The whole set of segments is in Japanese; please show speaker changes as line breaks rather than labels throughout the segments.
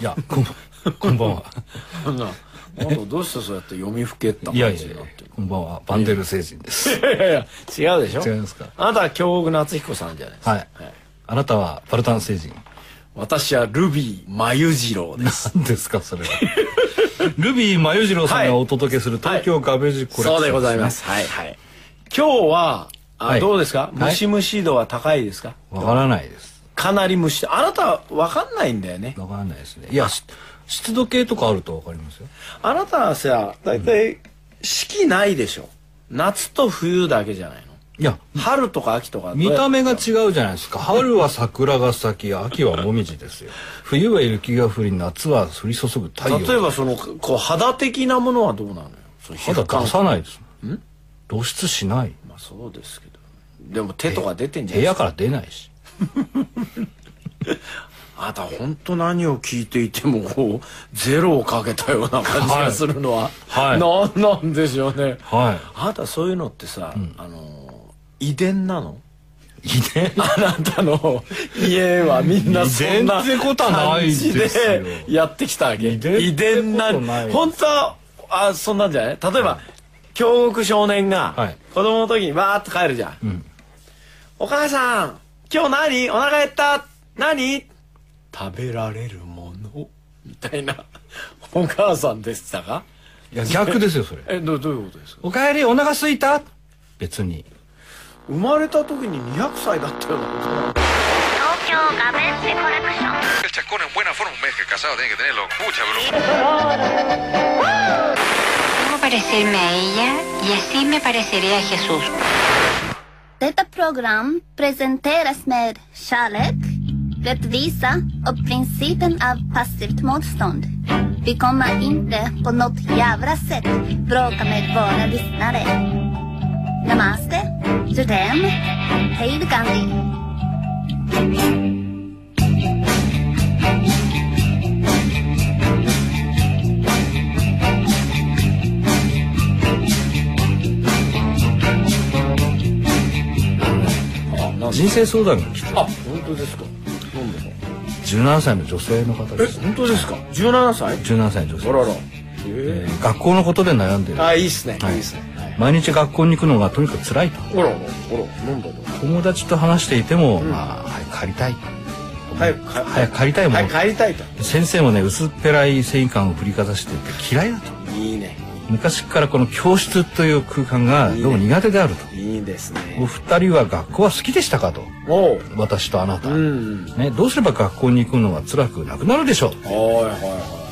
いや、こん、こんばんは。
あんな今度どうしてそうやって読みふけった
いや
感
いや
じ
い
に
や
なってる、
こんばんは。バンデル星人です。
いやいや違うでしょ
違いますか
あなたは京極夏彦さんじゃないですか、
はい。あなたはパルタン星人。
私はルビー真由次郎 です
何ですか、それは。ルビー真由次郎さんがお届けする東京ガベージコレクション、
そうでございま。すはいはい今日はあ、
はい
どうですか
はい
ムシムシ度は高いですか、
わからないです。
かなり蒸してあなたわかんないんだよね
わからないですね。いや、し湿度計とかあるとわかりますよ。
あなたはさ大体四季ないでしょ夏と冬だけじゃないの
いや、
春とか秋とか
見た目
目
が違うじゃないですか。春は桜が咲き、秋は紅葉ですよ。冬は雪が降り、夏は降り注ぐ太陽。
例えばそのこう肌的なものはどうなのよその皮膚
肌
感
出さないです。露出しない。
まあそうですけどでも手とか出てんじ
部
ゃないで
屋
すか
から出ないし。
あなた本当何を聞いていてもこうゼロをかけたような感じがするのは、
はい
何なんでしょうね、
は
あなたそういうのってさ、あの遺伝なの
い。遺伝
あなたの家はみんなそんな
遺伝ってことはない
感
です
じ
よ
でやってきたわけ遺
伝っ
な
てことない
本当はあそんなんじゃない例えば京極少年
は
が
い
子供の時にわーっと帰るじゃん、お母さん今日何お腹減った何食べられるものみたいなお母さんでしたか
いや、逆ですよ、それ。
えどどういうことですか
おかえり、お腹すいた別に。
生まれた時に200歳だったようなことな
Tokyo
の
Gabense Collection.
El chacón en buena forma, un mes que casado tiene que tenerlo. Pucha, bro.
Debo parecerme a ella y así me pareceré a Jesús.
Detta program presenteras med kärlek, rättvisa och principen av passivt motstånd. Vi kommer inte på något jävla sätt bråka med våra lyssnare. Namaste, Judem, Hail Gandhi.
人生相談が来て
あ本当ですか何でしょう
17歳の女性の方
え
です。
本当ですか17歳
17歳の女性
あらら
えー学校のことで悩んでる。
あいいっすね、、
はいい
いっすね
毎日学校に行くのがとにかく辛いと。
あらあらあらなんだろ
友達と話していても、まあ、早く帰りたい。
う早くか
早く帰りたいもん。
早く帰りたいと
先生もね、薄っぺらい正義感を振りかざしてて嫌いだと。
いいね
昔からこの教室という空間がどうも苦手であると。
いいです
お
ね
二人は学校は好きでしたかと。
おう
私とあなた。
うん
ね、どうすれば学校に行くのは辛くなくなるでしょう。
はいはいはい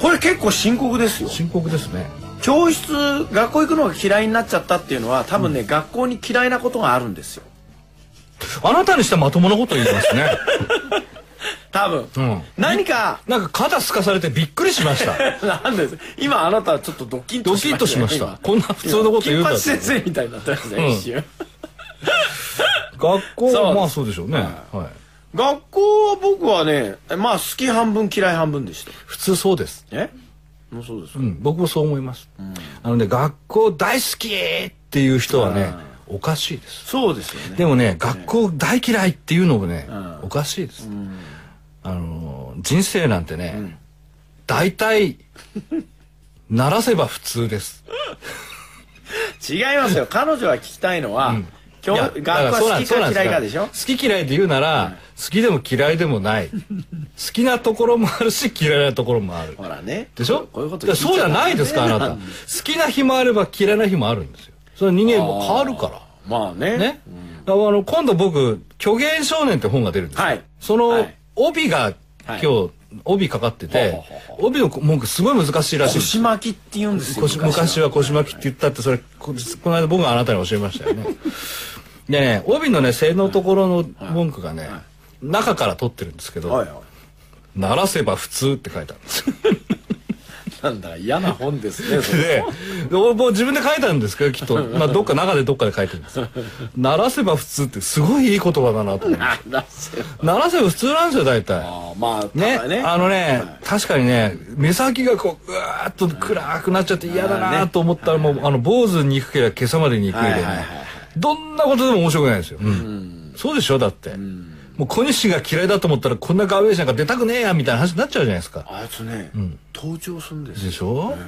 これ結構深刻ですよ
深刻ですね。
教室学校行くのが嫌いになっちゃったっていうのは多分ね、学校に嫌いなことがあるんですよ
あなたにしてはまともなこと言いますね。
多分、
うん
何か
なんか肩すかされてびっくりしま した。
なんです今あなたはちょっとドキッとしまし
ドキ
たね
ッとしました
今
こんな普通のこと言うんだと
金八先生みたいになってました
うん
ね一瞬、
学校
そう
はまあそうでしょうね。はい。
学校は僕はねまあ好き半分嫌い半分でした
普通そうです。
えもうそうですか
うん、僕もそう思います。あのね、学校大好きっていう人はね、おかしいです。
そうですよね
でもね、学校大嫌いっていうのもね、おかしいです。あのー、人生なんてね、大体、鳴らせば普通です。
違いますよ彼女は聞きたいのは、教
いや
学校
だらそうな
は
ん
好き
そうな
か
んす
嫌いかでしょ
好き嫌いで言うなら、好きでも嫌いでもない好きなところもあるし嫌いなところもある
ほらね
でしょ
こういうこと
だからそうじゃないですかあな
聞
た
い
好
ち
きな日もあれば嫌いな日もあるんですよそれは人間も変わるか
ゃダメまあね
らね、だからあの今度僕「虚言少年」って本が出るんですよ、
はい
その、
はい
帯が今
はい
日、帯かかってて、
ほうほうほ
帯の文句すごい難しいらしいんです
腰巻きって言うんですよ
腰昔は腰巻きって言ったってそれここの間僕があなたに教えましたよねでね帯のね性のところの文句がね、中から取ってるんですけど「
はいは
鳴らせば普通」って書いてあるんですよ
いなんだか嫌な本です ねそれ
でで俺もう自分で書いたんですけどきっと、まあ、どっか中でどっかで書いてるんですよ「鳴らせば普通」ってすごいいい言葉だなと思 って
あらそう
鳴らせば普通なんですよ大体。
あまあ
ね
ただね
あのね、確かにね目先がこううわーっと暗くなっちゃって嫌だなと思ったらもう、あの坊主に行くけりゃ今朝までに行くけりゃね、
はいはいはい
どんなことでも面白くないですよ、そうでしょだって、もう小西が嫌いだと思ったらこんなガウェイジャーが出たくねえやみたいな話になっちゃうじゃないですか
あいつね、登場するんです
で
よ
しょ、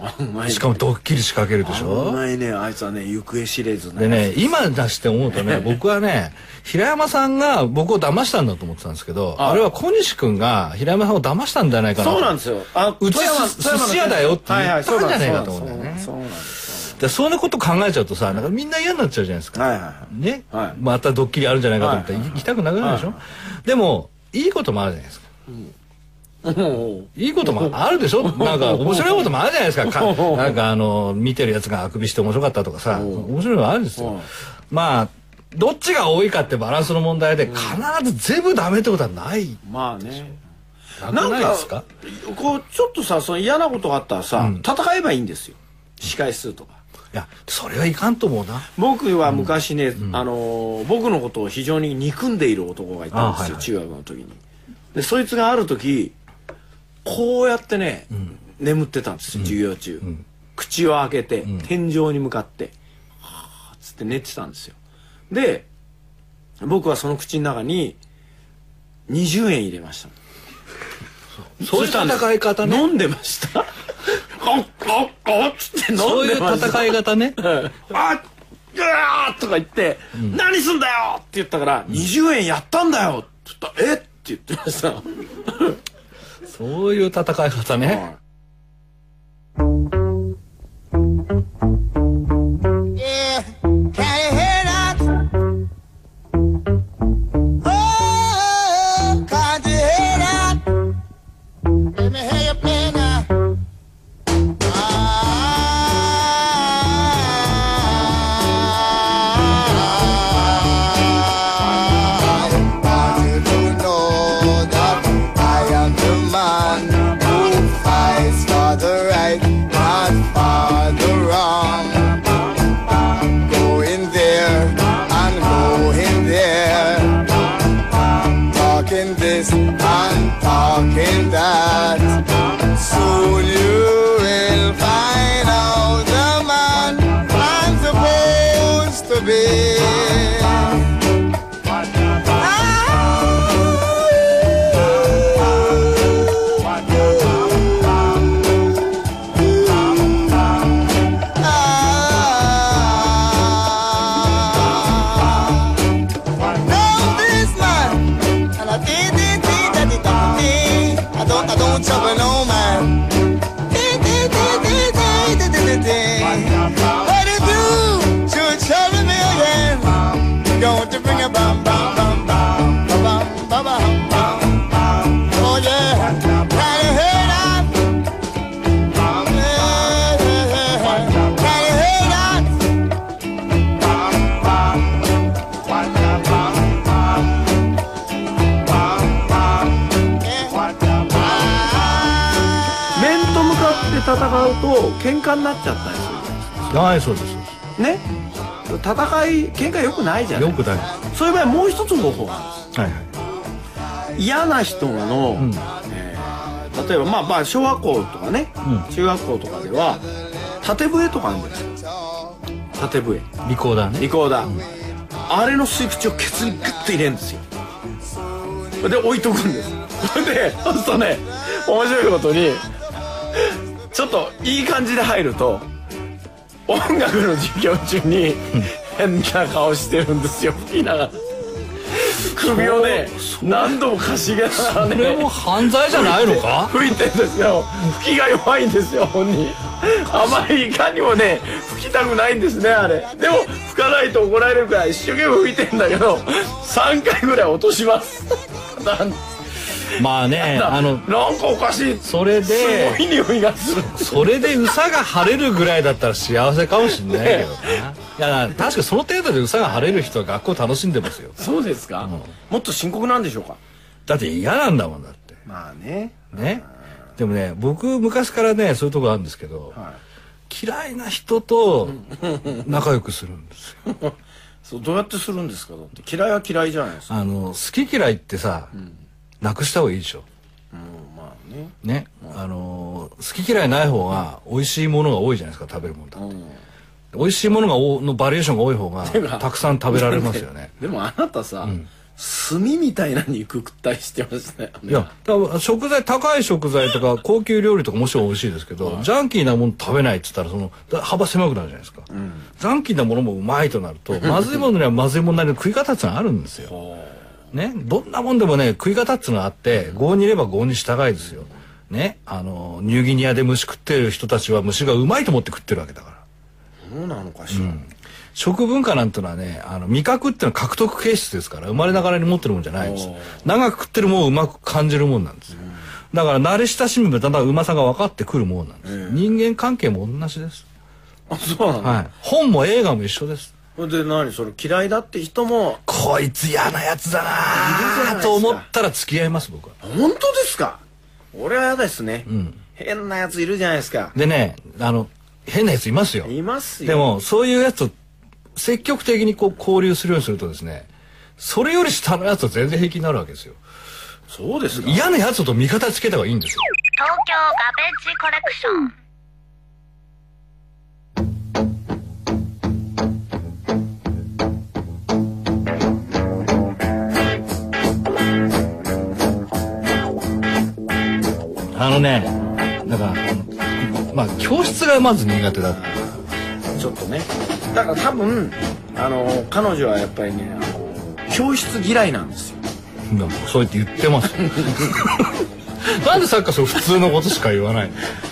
あんまり
しかもドッキリ仕掛けるでし
あん
ょ
まりねあいつはね行方知れず
でね今出して思うとね僕はね平山さんが僕を騙したんだと思ってたんですけど
あ
あれは小西君が平山さんを騙したんじゃないかなと
そうなんですよあ
うち
富山
す
富山の
寿司屋だよって言
はいはい
ったんじゃないかと
そう
思うんだよね
そうなんです
でそんなこと考えちゃうとさなんかみんな嫌になっちゃうじゃないです
そう
か、
なんですはいはい
ね、
はいはい
またドッキリあるんじゃないかと思って、
はいはい
行きたくなくなるでしょ、
はい
でもいいこともあるじゃないですか
も
いいこともあるでしょなんか面白いこともあるじゃないですかかなんかあの見てるやつがあくびして面白かったとかさ面白いのあるんです
うん
よまあどっちが多いかってバランスの問題で必ず全部ダメってことはない、
うまあね
なくないですか
こうちょっとさその嫌なことがあったらさ、
うん
戦えばいいんですよ仕返しするとか
いやそれはいかんと思うな
僕は昔ね、あのー僕のことを非常に憎んでいる男がいたんです
あ
よ、
はいはい
中学の時にでそいつがある時こうやってね、眠ってたんですよ授業中、口を開けて、天井に向かってはあっつって寝てたんですよで僕はその口の中に20円入れました
そういう戦い方ね
飲んでました あっあっあっつって飲んでました
そういう戦い方ね
あっうわーとか言って、何すんだよって言ったから、20円やったんだよって言ったらえって言ってました。
そういう戦い方ね、
Yeah, can you hear that? Oh, can't you hear that? Let me hear you play now. Ah, don't you know that I am the man who fights for the right, not for the wrong? go in there and go in there. Talking this and talking that. Soon you will find out the man I'm supposed to be. Ah, know this man, and I did it, did that, did that, did it. I don't, I don't trouble no man. Did, did, did, did, did, did, did, did, did. What it do? Should trouble me again. Going to bring a bam, bam, bam, bam, ba, bam, ba, bam, bam, bam. Oh yeah, can you hear that? Yeah, yeah, yeah. Can you hear that? Ah.
面と向かって戦うと、喧嘩になっちゃったり
はいそうです
する。ね戦い、喧嘩良くないじゃな
よ
い
くない
そういう場合もう一つの方法があるんです。
はいはい
嫌な人がの、
ん
えー例えばまあまあ小学校とかね、
う
中学校とかでは縦笛とかあるんですよ縦笛
リコーダーね
リコーダー、あれの吸い口をケツにグッと入れるんですよで置いとくんです それでそうするとね面白いことにちょっといい感じで入ると音楽の授業中に変な顔してるんですよ吹きながら首をね何度もかしげながらね
これも犯罪じゃないのか
吹いてんですよ吹きが弱いんですよ本人あまりいかにもね吹きたくないんですねあれでも吹かないと怒られるから一生懸命吹いてんだけど3回ぐらい落としますなん
まあねあの
なんかおかしい
それです
ごい匂いがする
それでうさが晴れるぐらいだったら幸せかもしれないけど な。いや確かにその程度でうさが晴れる人は学校楽しんでますよ。
そうですか、もっと深刻なんでしょうか
だって嫌なんだもんだって。
まあね
ね。でもね僕昔からねそういうとこあるんですけど、嫌いな人と仲良くするんですよ。
そうどうやってするんですかだって嫌いは嫌いじゃないですか
あの好き嫌いってさ、なくした方がいいでしょ。
まあね
ね、あのー好き嫌いない方が美味しいものが多いじゃないですか食べるものだって、美味しいものがおのバリエーションが多い方が
か
たくさん食べられますよね
でもあなたさ、炭みたいな肉食ったりしてましたよね
いや多分食材高い食材と か高級料理とかもちろん美味しいですけど、ジャンキーなもの食べないっつったらそのだ幅狭くなるじゃないですか、ジャンキーなものもうまいとなる とまずいものにはまずいものなりの食い方っていうのはあるんですよ、ね、どんなもんでもね食い方っていうのはあって郷にいれば郷に従いですよ、ね、あのニューギニアで虫食ってる人たちは虫がうまいと思って食ってるわけだから
そうなのかしら、
食文化なんてのはねあの味覚ってのは獲得形質ですから生まれながらに持ってるもんじゃないんです
おー
長く食ってるもんをうまく感じるもんなんですよだから慣れ親しめばだんだんうまさが分かってくるもんなんです、人間関係も同じです、
あそうなの、
はい、本も映画も一緒です
それで何それ嫌いだって人も
こいつ嫌なやつだ
いるじゃな
な
い
あ
ですか
と思ったら付き合います僕は
本当ですか俺は嫌ですね、変なやついるじゃないですか
でねあの変なやついますよ
いますよ
でもそういうやつと積極的にこう交流するようにするとですねそれより下のやつは全然平気になるわけですよ
そうですか
嫌なやつと味方つけた方がいいんですよ
東京ガベッジコレクション
あのね、だから、まあ、教室がまず苦手だ。
ちょっとねだから多分あの彼女はやっぱりねあの教室嫌いなんですよ
今そうやって言ってます。なんでサッカーそう普通のことしか言わない。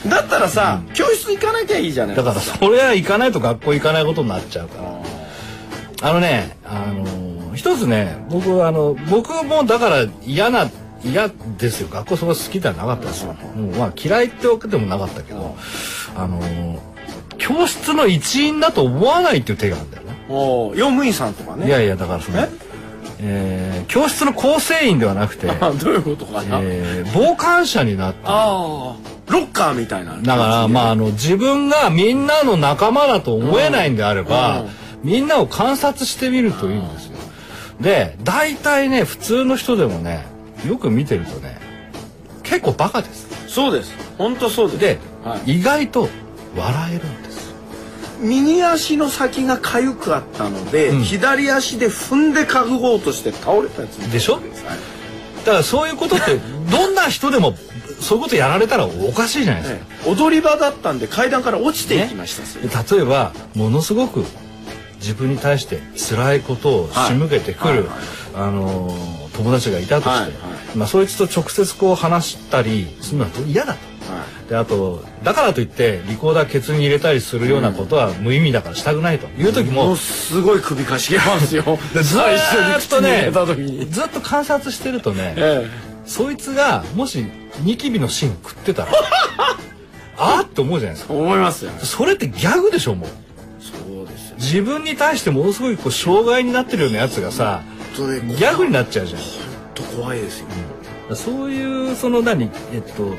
だったらさ、教室行かなきゃいいじゃない
だから、それは行かないと学校行かないことになっちゃうから。あのね、あのー一つね、僕はあの、僕もだから嫌な、嫌ですよ。学校そこ好きではなかったですよ。もうまあ嫌いってわけでもなかったけど、あのー教室の一員だと思わないっていう手があるんだよね。
もう用務員さんとかね
いやいやだからその
え、
えー教室の構成員ではなくて、
あどういうことかな、
えー傍観者になってだ
ああロッカーみたいな
からまああの自分がみんなの仲間だと思えないんであれば、
うんうん
みんなを観察してみるといいんですよ。で大体ね普通の人でもねよく見てるとね結構バカです。
そうです本当そうです
で、
はい
意外と笑えるんです。
右足の先が痒くあったので、
ん
左足で踏んでかぐごうとして倒れたやつみたいな
でしょ
はい
だからそういうことってどんな人でもそういうことやられたらおかしいじゃないですか。
ええ踊り場だったんで階段から落ちていきました、
で例えばものすごく自分に対して辛いことを仕向けてく
はい
る、
はいはい
あのー友達がいたとして、
はいはい
まあ、そいつと直接こう話したりするのは嫌だと。
は
であとだからといってリコーダーケツに入れたりするようなことは無意味だからしたくないという時
い、も
も
うすごい首かしげます よ
でず
最初に
ーっ
口
と
に入
ね
れた時に、
ずっと観察してるとね、
え
そいつがもしニキビの芯食ってたらあーって思うじゃないですか
え、思いますよ
それってギャグでしょもう。
そうですよ
自分に対してものすごいこう障害になってるようなやつがさギ
本当ね
ャグになっちゃうじゃん
ちょっと怖いですよ、
そういうその何えっと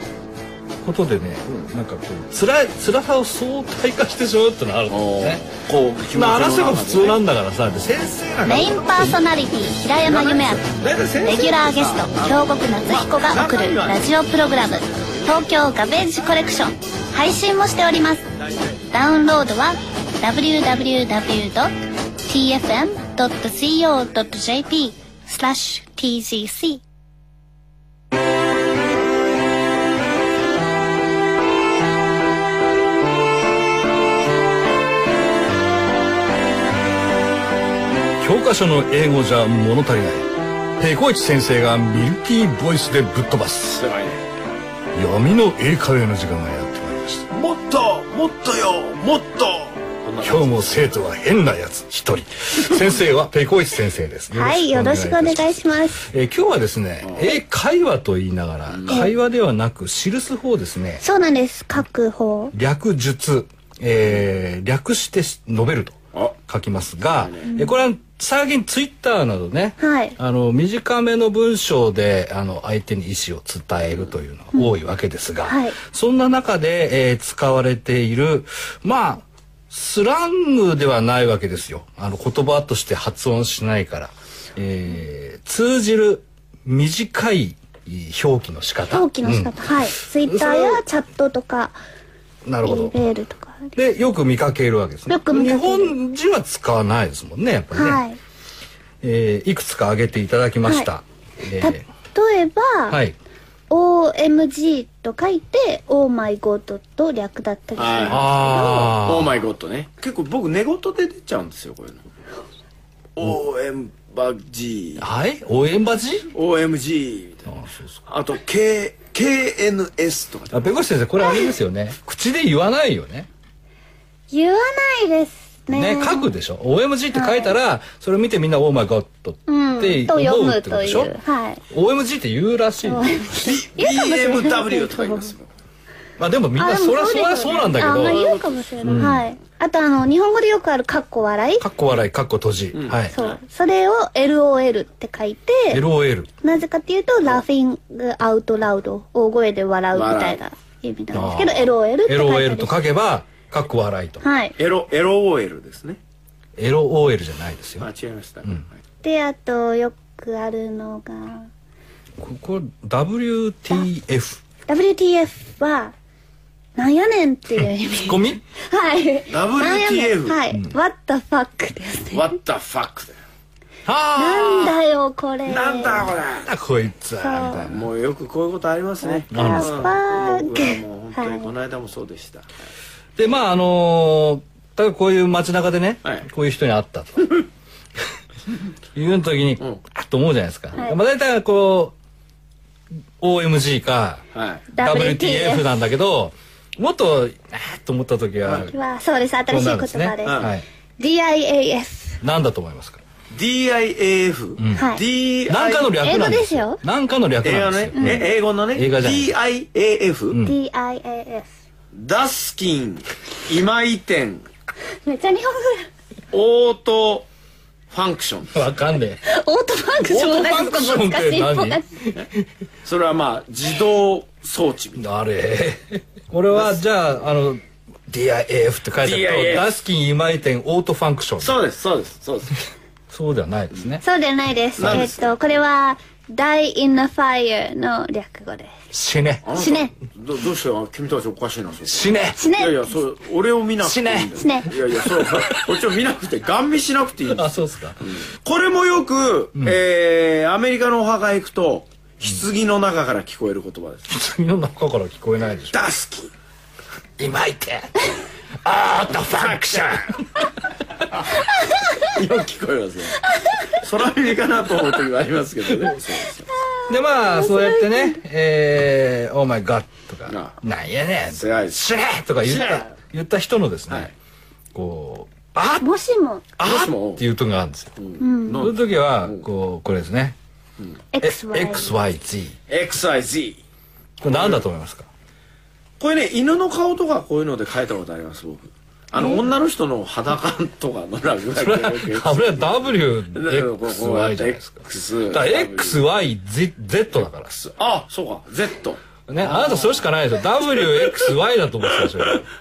ことでね、なんかこう辛い辛さを相対化してしまうってのはあるんですよね
おーこう気持ちの
まあ
中
話せ
で
ば普通なんだからさで先生が
メインパーソナリティ平山夢明
だって先生
レギュラーゲスト京極夏彦が送るラジオプログラム「東京ガベージコレクション」配信もしておりますダウンロードは www.tfm.co.jp スラッシュ tgc
教科書の英語じゃ物足りないペコイチ先生がミルキーボイスでぶっ飛ばす
すごいね
闇の英会話の時間がやってまいりました
もっともっとよもっとこんな感じ
今日も生徒は変なやつ一人先生はペコイチ先生です
はいよろしくお願いします
えー今日はですね英会話と言いながら会話ではなく記す方ですね
そうなんです各方
略述、えー略してし述べると
あ
書きますが、えーこれは最近ツイッターなどね、
はい
あの短めの文章であの相手に意思を伝えるというのが多いわけですが、
はい
そんな中で、えー使われているまあスラングではないわけですよあの言葉として発音しないから、えー通じる短い表記の仕方
表記の仕方、はいツイッターやチャットとか
うんなる
メ
ほど
ールとか
でよく見かけるわけですね
よく見かける
日本人は使わないですもんねやっぱりね、
はい
えーいくつか挙げていただきました。
は
え
例
ー
えば、
はい。
OMG と書いて Oh my god と略だったりする、
はい
あー
オーマイゴッドね結構僕寝言で出ちゃうんですよこういうの OM バジー
はい応援バジ
OMG みたいなあと K KNS とか
あ、弁護士先生、これあれですよね。口で言わないよね。
言わないですね
ね、書くでしょ。OMG って書いたら、それを見てみんな、オーマイゴッドって
う
思
ん、
う
と読む
ってこと
と
で
い
しょ、
うはい
?OMG って言うらしい。
B- BMW とか言いますよ
まあでもみんな、
あでも
そりゃそりゃ
です
そ
よ
う
ね
なんだけ
あまあ
ど、
言うかもしれない、はいあとあの日本語でよくあるかっこ笑い
かっこ笑い、かっこ閉じ。はい。
そうそれを LOL って書いて
LOL。
なぜかっていうとラフィングアウトラウド大声で笑うみたいな意味なんですけど LOL って書い
LOL
て
と書けば、かっこ笑いと。
はい
エロエロ OL ですね
LOL じゃないですよ
間。違えました、はい
であとよくあるのが
ここ、WTF。
WTF はなんやねんっていう 意味
ゴミ
はいなんやねん
WTF
はい、What the fuck ですね
What the fuck だよ
は
なんだよこれ
なんだこれ
あなんだこいつは。
そう
もうよくこういうことありますね。
あ
うん
スパー
僕はもう本当
は
に
い
この間もそうでした。
でまああのー例えばこういう街中でね、
はい
こういう人に会った という時に、
ん
あっと思うじゃないですか、
はい
まあ大体こう OMG か
はい。
WTF
WTF なんだけどもっとあーっと思った時は
はそうです新しい言葉です
うんはい
DIAS
何だと思いますか
DIAF。
はい
DI。
何かの略なんです
英語
よ
です
何かの略
英
な
語
んです
ね
よ、。
え英語のね。
映画じゃない
DIAF。
DIAS
ダスキン、今井店、
めっちゃ日本
オートファンクション。
わかんねえ
語オートファンクションもなんかちょっと難しいっぽい
オートファンク
それはまあ自動装置みたいな。
あれこれはじゃああの DIF って書いてある
DIAF
とダスキン今井店オートファンクション
そうです、そうです、そうです。
そうではないですね
そうではないです
何
え
で
っ
す
とこれは Die in the fire の略語で
死ね
あなた
死ね。
どどうして君たちおかしいな、それ。
死ね
す死ね
いやいや、そう、俺を見なくていいんだよ。
死ね死ね
いやいや、そう、 こっちを見なくて、ガン見しなくていいんです
あそうですか
これもよく、えーアメリカのお墓行くと棺の中から聞こえる言葉です、
次の中から聞こえないでしょ
ダスキン
今いてアートファンクション
よく聞こえ ますね空耳かなと思う時はありますけどね
でまあそうやってね「えー、オーマイガッ」とか
な
「なんやねん」
せやい
死ね!」とか言っ
死
た
ね
言った人のですね、
はい
こう「あっ!」
もしも
も
あ
しも
っていう時があるんですよ、
うん
その時はこうこれですねえ
XY
XYZ
XIZ
これ何だと思いますか
これね犬の顔とかこういうので書いたことあります僕あの女の人の裸とかの落書き
それは
だ
これは
けどこうこうや
WXY
っ
じゃない
て
ですか
X
だから XYZ だから
あそうか Z
ね、あなたそれしかないでしょ WXY だと思ってたでし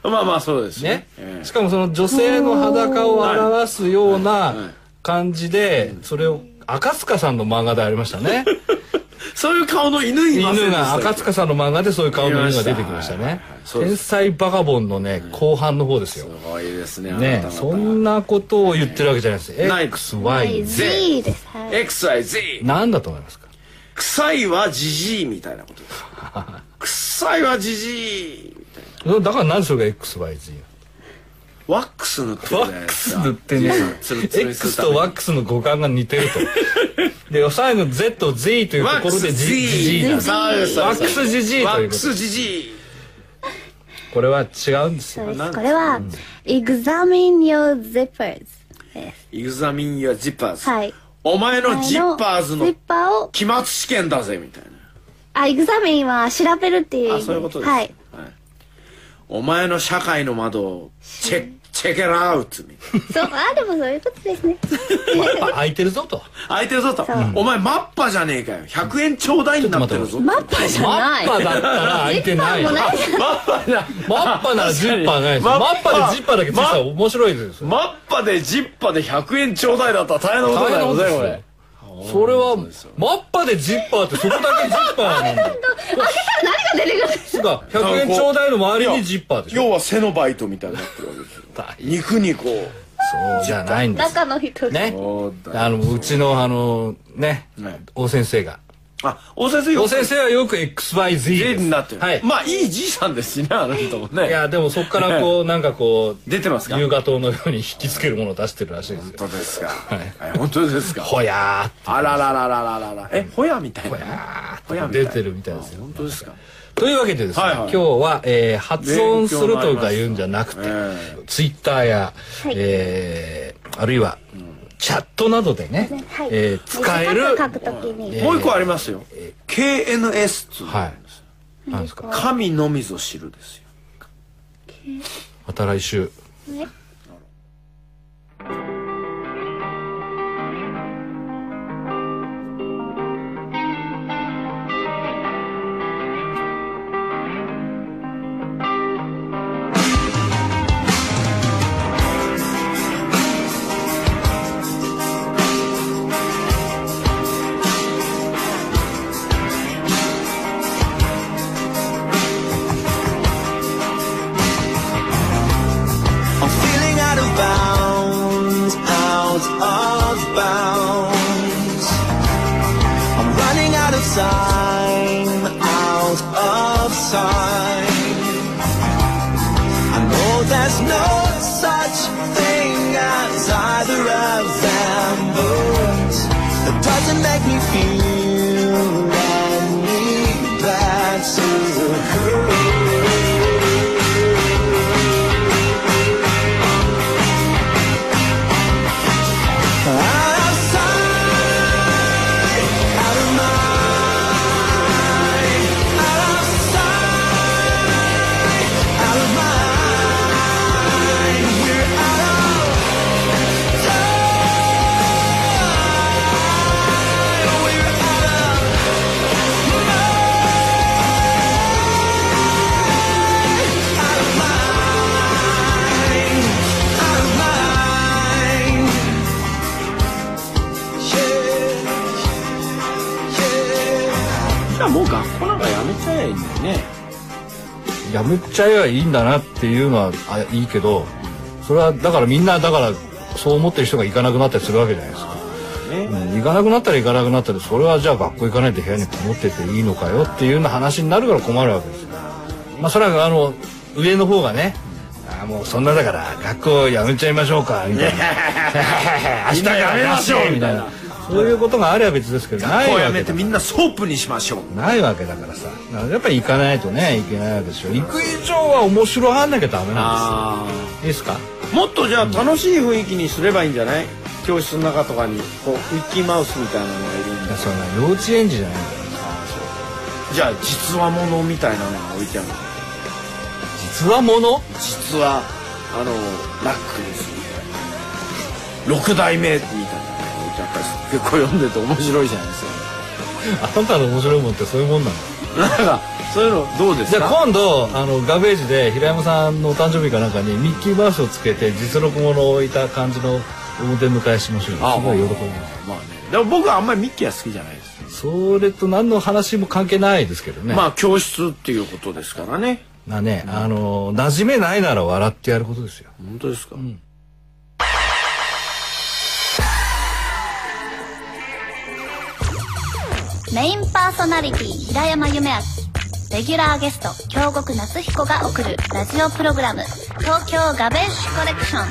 ょ
まあまあそうですね
ね
え
しかもその女性の裸を表すよう
はい
な感じでそれを赤塚さんの漫画でありました ね
えそういう顔の犬いません
犬
でした
が
っけ
赤塚さんの漫画でそういう顔の犬が出てきました
はいはい
ね
はいそうです
天才バカボンのね後半の方ですよ
すごいですね。
ね
あなた
そ
方
んなことを言ってるわけじゃないです
ない
XYZ
Z ですはい
XIZ。
何だと思いますか
臭いはジジイみたいなこ とです。臭いはジジイみたいな。
だから何でそれが XYZ
ワックス塗ってるじゃ
ワ
ない
ッ
で
ク
す
ス
か。
塗ってね
つるつるにする
X
ため
と
に
ワックスの五感が似てる とで最後 Z Z というと
ワッ
こ
ク
ろ
ス
で
Z
ジジイなんです
そうです
ワックスジジイ
ワ
とい
ッ
うこ
ク
と
スジジイ。
これは違うんです
そう
よ
ですこれは Examine your zippers です
イグザミンやジッパーズ。
はい
お前のジッパーズ
あジ
の
ッパーを
期末試験だぜみたい
あ Examine は調べるっていう意
な。あ、
味
そういうことです。
はい。
お前の社会の窓をチェッチェケラアウトみたいな。
そうあでもそういうこ とですね
やっぱ空いてるぞと
相手ぞと、お前マッパじゃねえかよ。100円ちょうだいになってるぞ。
マッパじゃ
マ
な
ッ
い
パだったら空いてない
もない
マッパじゃ
マッパならジッパーないです
マ
マ
ッパ
ッパでジッパーだけついたら面白いですよ
マッパでジッパで100円ちょうだいだったら大変なことだよねこれ
それはマッパでジッパーってそこだけジッパーなんだよ
出てくる
つうか100円ちょうだいの周りにジッパーでしょ
要は背のバイトみたいになってるわけですよ
大
肉にこう
そうじゃないんです
中の人が
ね
そうだ
あのうちのあのね
ね
王先生が
あ大先生よ
王先生はよく XYZ
芸
です
になってる、
はい、
まあいいじいさんですしねあの人もね
いやでもそこからこうなんかこう
出てますか
夕方のように引きつけるものを出してるらしいですよ
本当ですか、
い
はい、本当ですか
ほやーって
あらららららららえホヤみたいなホヤみたい
出てるみたいですよ
あ本当ですか
というわけでですね、
はいはい
今日は、えー発音するとか言うんじゃなくて、
勉強になりました
ツイッターや、えーあるいは、チャットなどでね、
はい
えー使える、
短く書くときに、
えー
もう一個ありますよ KNS っつうの
はい、なんですか
神のみぞ知るですよ
また来週。
I'm feeling out of bounds, out of bounds. I'm running out of time, out of time. I know there's no such thing as either of them, but it doesn't make me feel any better. Yeah.
じゃあもう学校なんかやめちゃえばいいんだよね
やめちゃえばいいんだなっていうのはあいいけどそれはだからみんなだからそう思ってる人が行かなくなったりするわけじゃないですか。うん行かなくなったら行かなくなったでそれはじゃあ学校行かないで部屋にこもってていいのかよっていうような話になるから困るわけですよ。まあそれはあの上の方がねあーもうそんなだから学校やめちゃいましょうかみた いな 明日やめましょうみたいなそういうことがあれば別ですけどない
こ
わけだ
うや
か
め
ら
てみんなソープにしましょう
ないわけだからさだからやっぱり行かないとねいけないわけでしょ行く以上は面白はんなきゃダメなん
ああ
ですよいいですか
もっとじゃあ楽しい雰囲気にすればいいんじゃない教室の中とかにこうウィキーマウスみたいなのがいるん
い
だ
やそんな幼稚園児じゃないんだよ
じゃあ実話ものみたいなのが置いてある
実はもの
実話あのラックですみたいな六代目みたいなのが置いてあったりして結構読んでて面白いじゃないですか
あんたの面白いもんってそういうもんなの
なんかそういうのどうです
じ
か
ゃあ今度あのガベージで平山さんのお誕生日かなんかにミッキーマウスをつけて実録ものを置いた感じのお出迎えしましょうよ
あ
すごい喜ぶ
まあねでも僕はあんまりミッキーは好きじゃないです、
それと何の話も関係ないですけどね
まあ教室っていうことですからね
なねあの馴染めないなら笑ってやることですよ
本当ですか、
メインパーソナリティ平山夢明レギュラーゲスト京極夏彦が送るラジオプログラム「東京ガベッシュコレクション」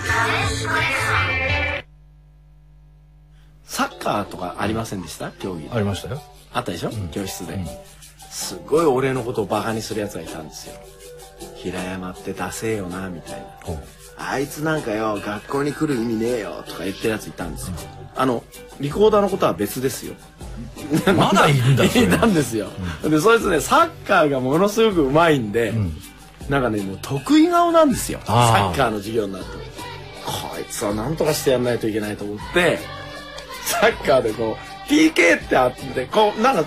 サッカーとかありませんでした競技で
ありましたよ
あったでしょ、教室で、すごい俺のことをバカにするやつがいたんですよ平山ってダセえよなみたいなあいつなんかよ学校に来る意味ねえよとか言ってるやついたんですよあのリコーダーのことは別ですよ
まだいるんだそれ
いたんですよ、でそいつねサッカーがものすごくうまいんで、なんかねもう得意顔なんですよ
あー
サッカーの授業になるとこいつはなんとかしてやんないといけないと思ってサッカーでこう PK ってあってこうなんか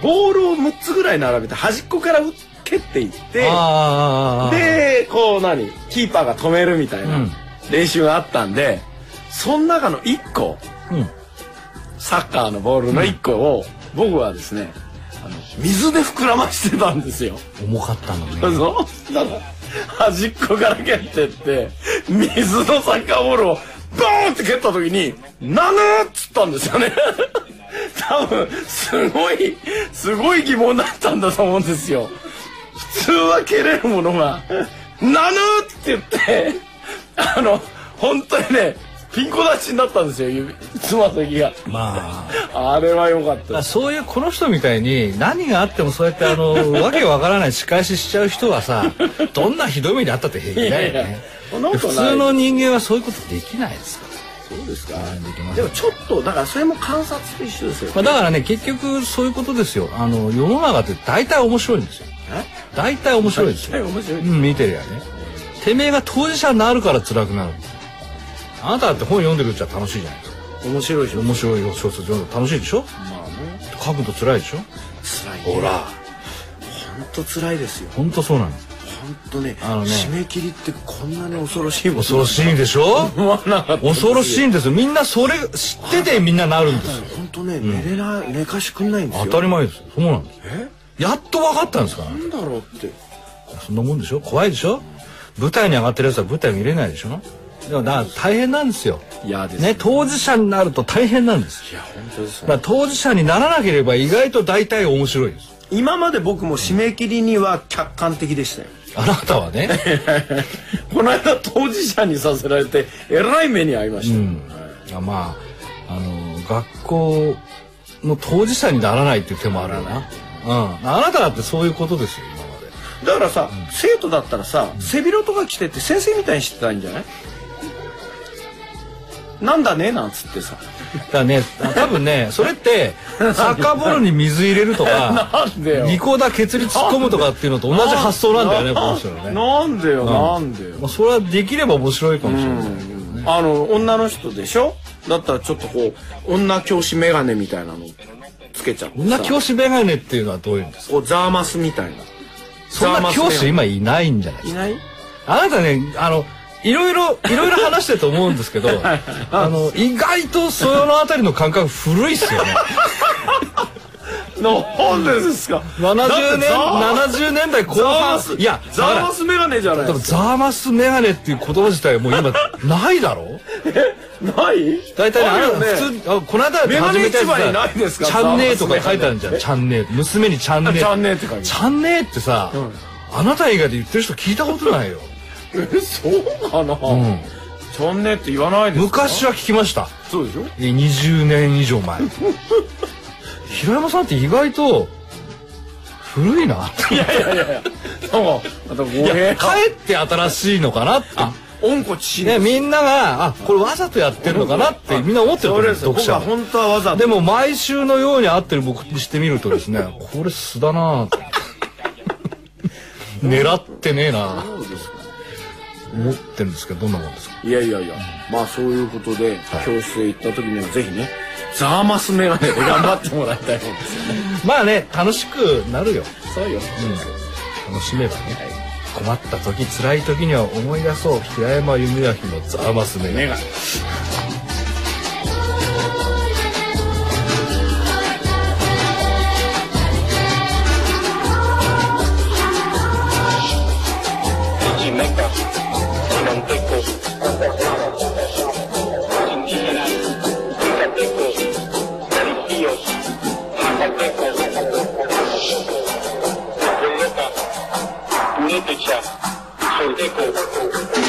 ボールを6つぐらい並べて端っこから打っ蹴っていって
あー
でこう何キーパーが止めるみたい
うん
な練習があったんで、その中の1個
うん
サッカーのボールの1個を、僕はですねあの水で膨らましてたんですよ。
重かったのね
そうしたら端っこから蹴ってって水のサッカーボールをボーンって蹴った時に「なぬ!」っつったんですよね多分すごいすごい疑問だったんだと思うんですよ普通は蹴れるものが「なぬ!」って言ってあの本当にねピンコ立ちになったんですよ指つま先が
ま
あれは良かったで
あ
す
そういうこの人みたいに何があってもそうやってあのわけわからない仕返ししちゃう人は さどんなひどい目にあったって平気だよ
いやいや
ね
そんなこ
普
とない
通の人間はそういうことできないですから
そうですか
できます
でもちょっとだからそれも観察と一緒ですよ
まあ、だからね結局そういうことですよあの世の中って大体面白いんですよ大体面白いですよ
面白い
うん、見てるやねてめえが当事者になるから辛くなるんですよあなただって本読んでくれちゃ楽しいじゃないですか
面白いでしょ
面白い小説読んで楽しいでしょ
まあね
書くと辛いでしょ
辛いね
ほら
本当辛いですよ
ほんとそうなんです
本当ね
あのね
締め切りってこんなに恐ろしいもん
恐ろしいでしょ
思わなかった
恐ろしいんですよみんなそれ知っててみんななるんですよ
本当ね寝れない寝かしくんないんですよ
当たり前ですよそうなんですよ
え
やっと分かったんですから
なんだろうって
そんなもんでしょ怖いでしょ舞台に上がってるやつは舞台見れないでしょでもだから大変なんですよ
いやです
ね当事者になると大変なんです
いや本当です
だから当事者にならなければ意外と大体面白いです
今まで僕も締め切りには客観的でしたよ
あなたはね
この間当事者にさせられてえらい目に遭いました、
いやまああの学校の当事者にならないっていう手もあるよなうんあなただってそういうことですよ今まで
だからさ、生徒だったらさ背広とか着てって先生みたいにしてたらいいんじゃないなんだねなんつってさ
だからね 多分ねそれってサッカーボールに水入れるとか
なんでよ
リコーダーケツに突っ込むとかっていうのと同じ発想なんだよねこの人のね
なんでよ、なんでよ
まあ、それはできれば面白いかもしれない、
あの女の人でしょだったらちょっとこう女教師眼鏡みたいなのつけちゃって
そんな
師
教師メガネっていうのはどういうんですか
こうザーマスみたいな
そんな教師今いないんじゃないで
い
すか
ない
あなたねあのいろいろいろいろ話してると思うんです けどあの意外とそのあたりの感覚古いっすよね
なんでですか
70年
だって
70年代後
ザーマ
半
ス
いや
ザーマス眼鏡じゃない
多分ザーマスメガネっていう言葉自体もう今ないだろ
ない
大体ね
あるよね
あの普通あこの間
メガ
始
ネ
めたやつ
市場にないですか
チャンネーとか書いてあるじゃん
ザーマスメガネ
チャンネー娘にチャンネー
あチャンネーって書いてある
チャンネーってさ、あなた以外で言ってる人聞いたことないよ
えそうかな、チャンネルって言わないですか
昔は聞きました
そうでしょ
え20年以上 前平山さんって意外と古いなって
なんかまた語
いや
弊
かえって新しいのかなって
温故知新
ね、みんながあこれわざとやってるのかなってみんな思ってると
そ
思
れ
う
です
読
僕
者
は
は
本当はわざと
でも毎週のように会ってる僕にしてみるとですねこれ素だなぁ と狙ってねえなぁ思ってるんですけどどんなもんですか
いやいやいやまあそういうことで、教室へ行った時にはぜひねザーマスメガネで頑張ってもらいたいもんですよね
まあね楽しくなるよ
そうよ、
楽しめばね、困った時辛い時には思い出そう平山弓明のザーマスメガネ
メガネ
ネテチャ、ソデコ、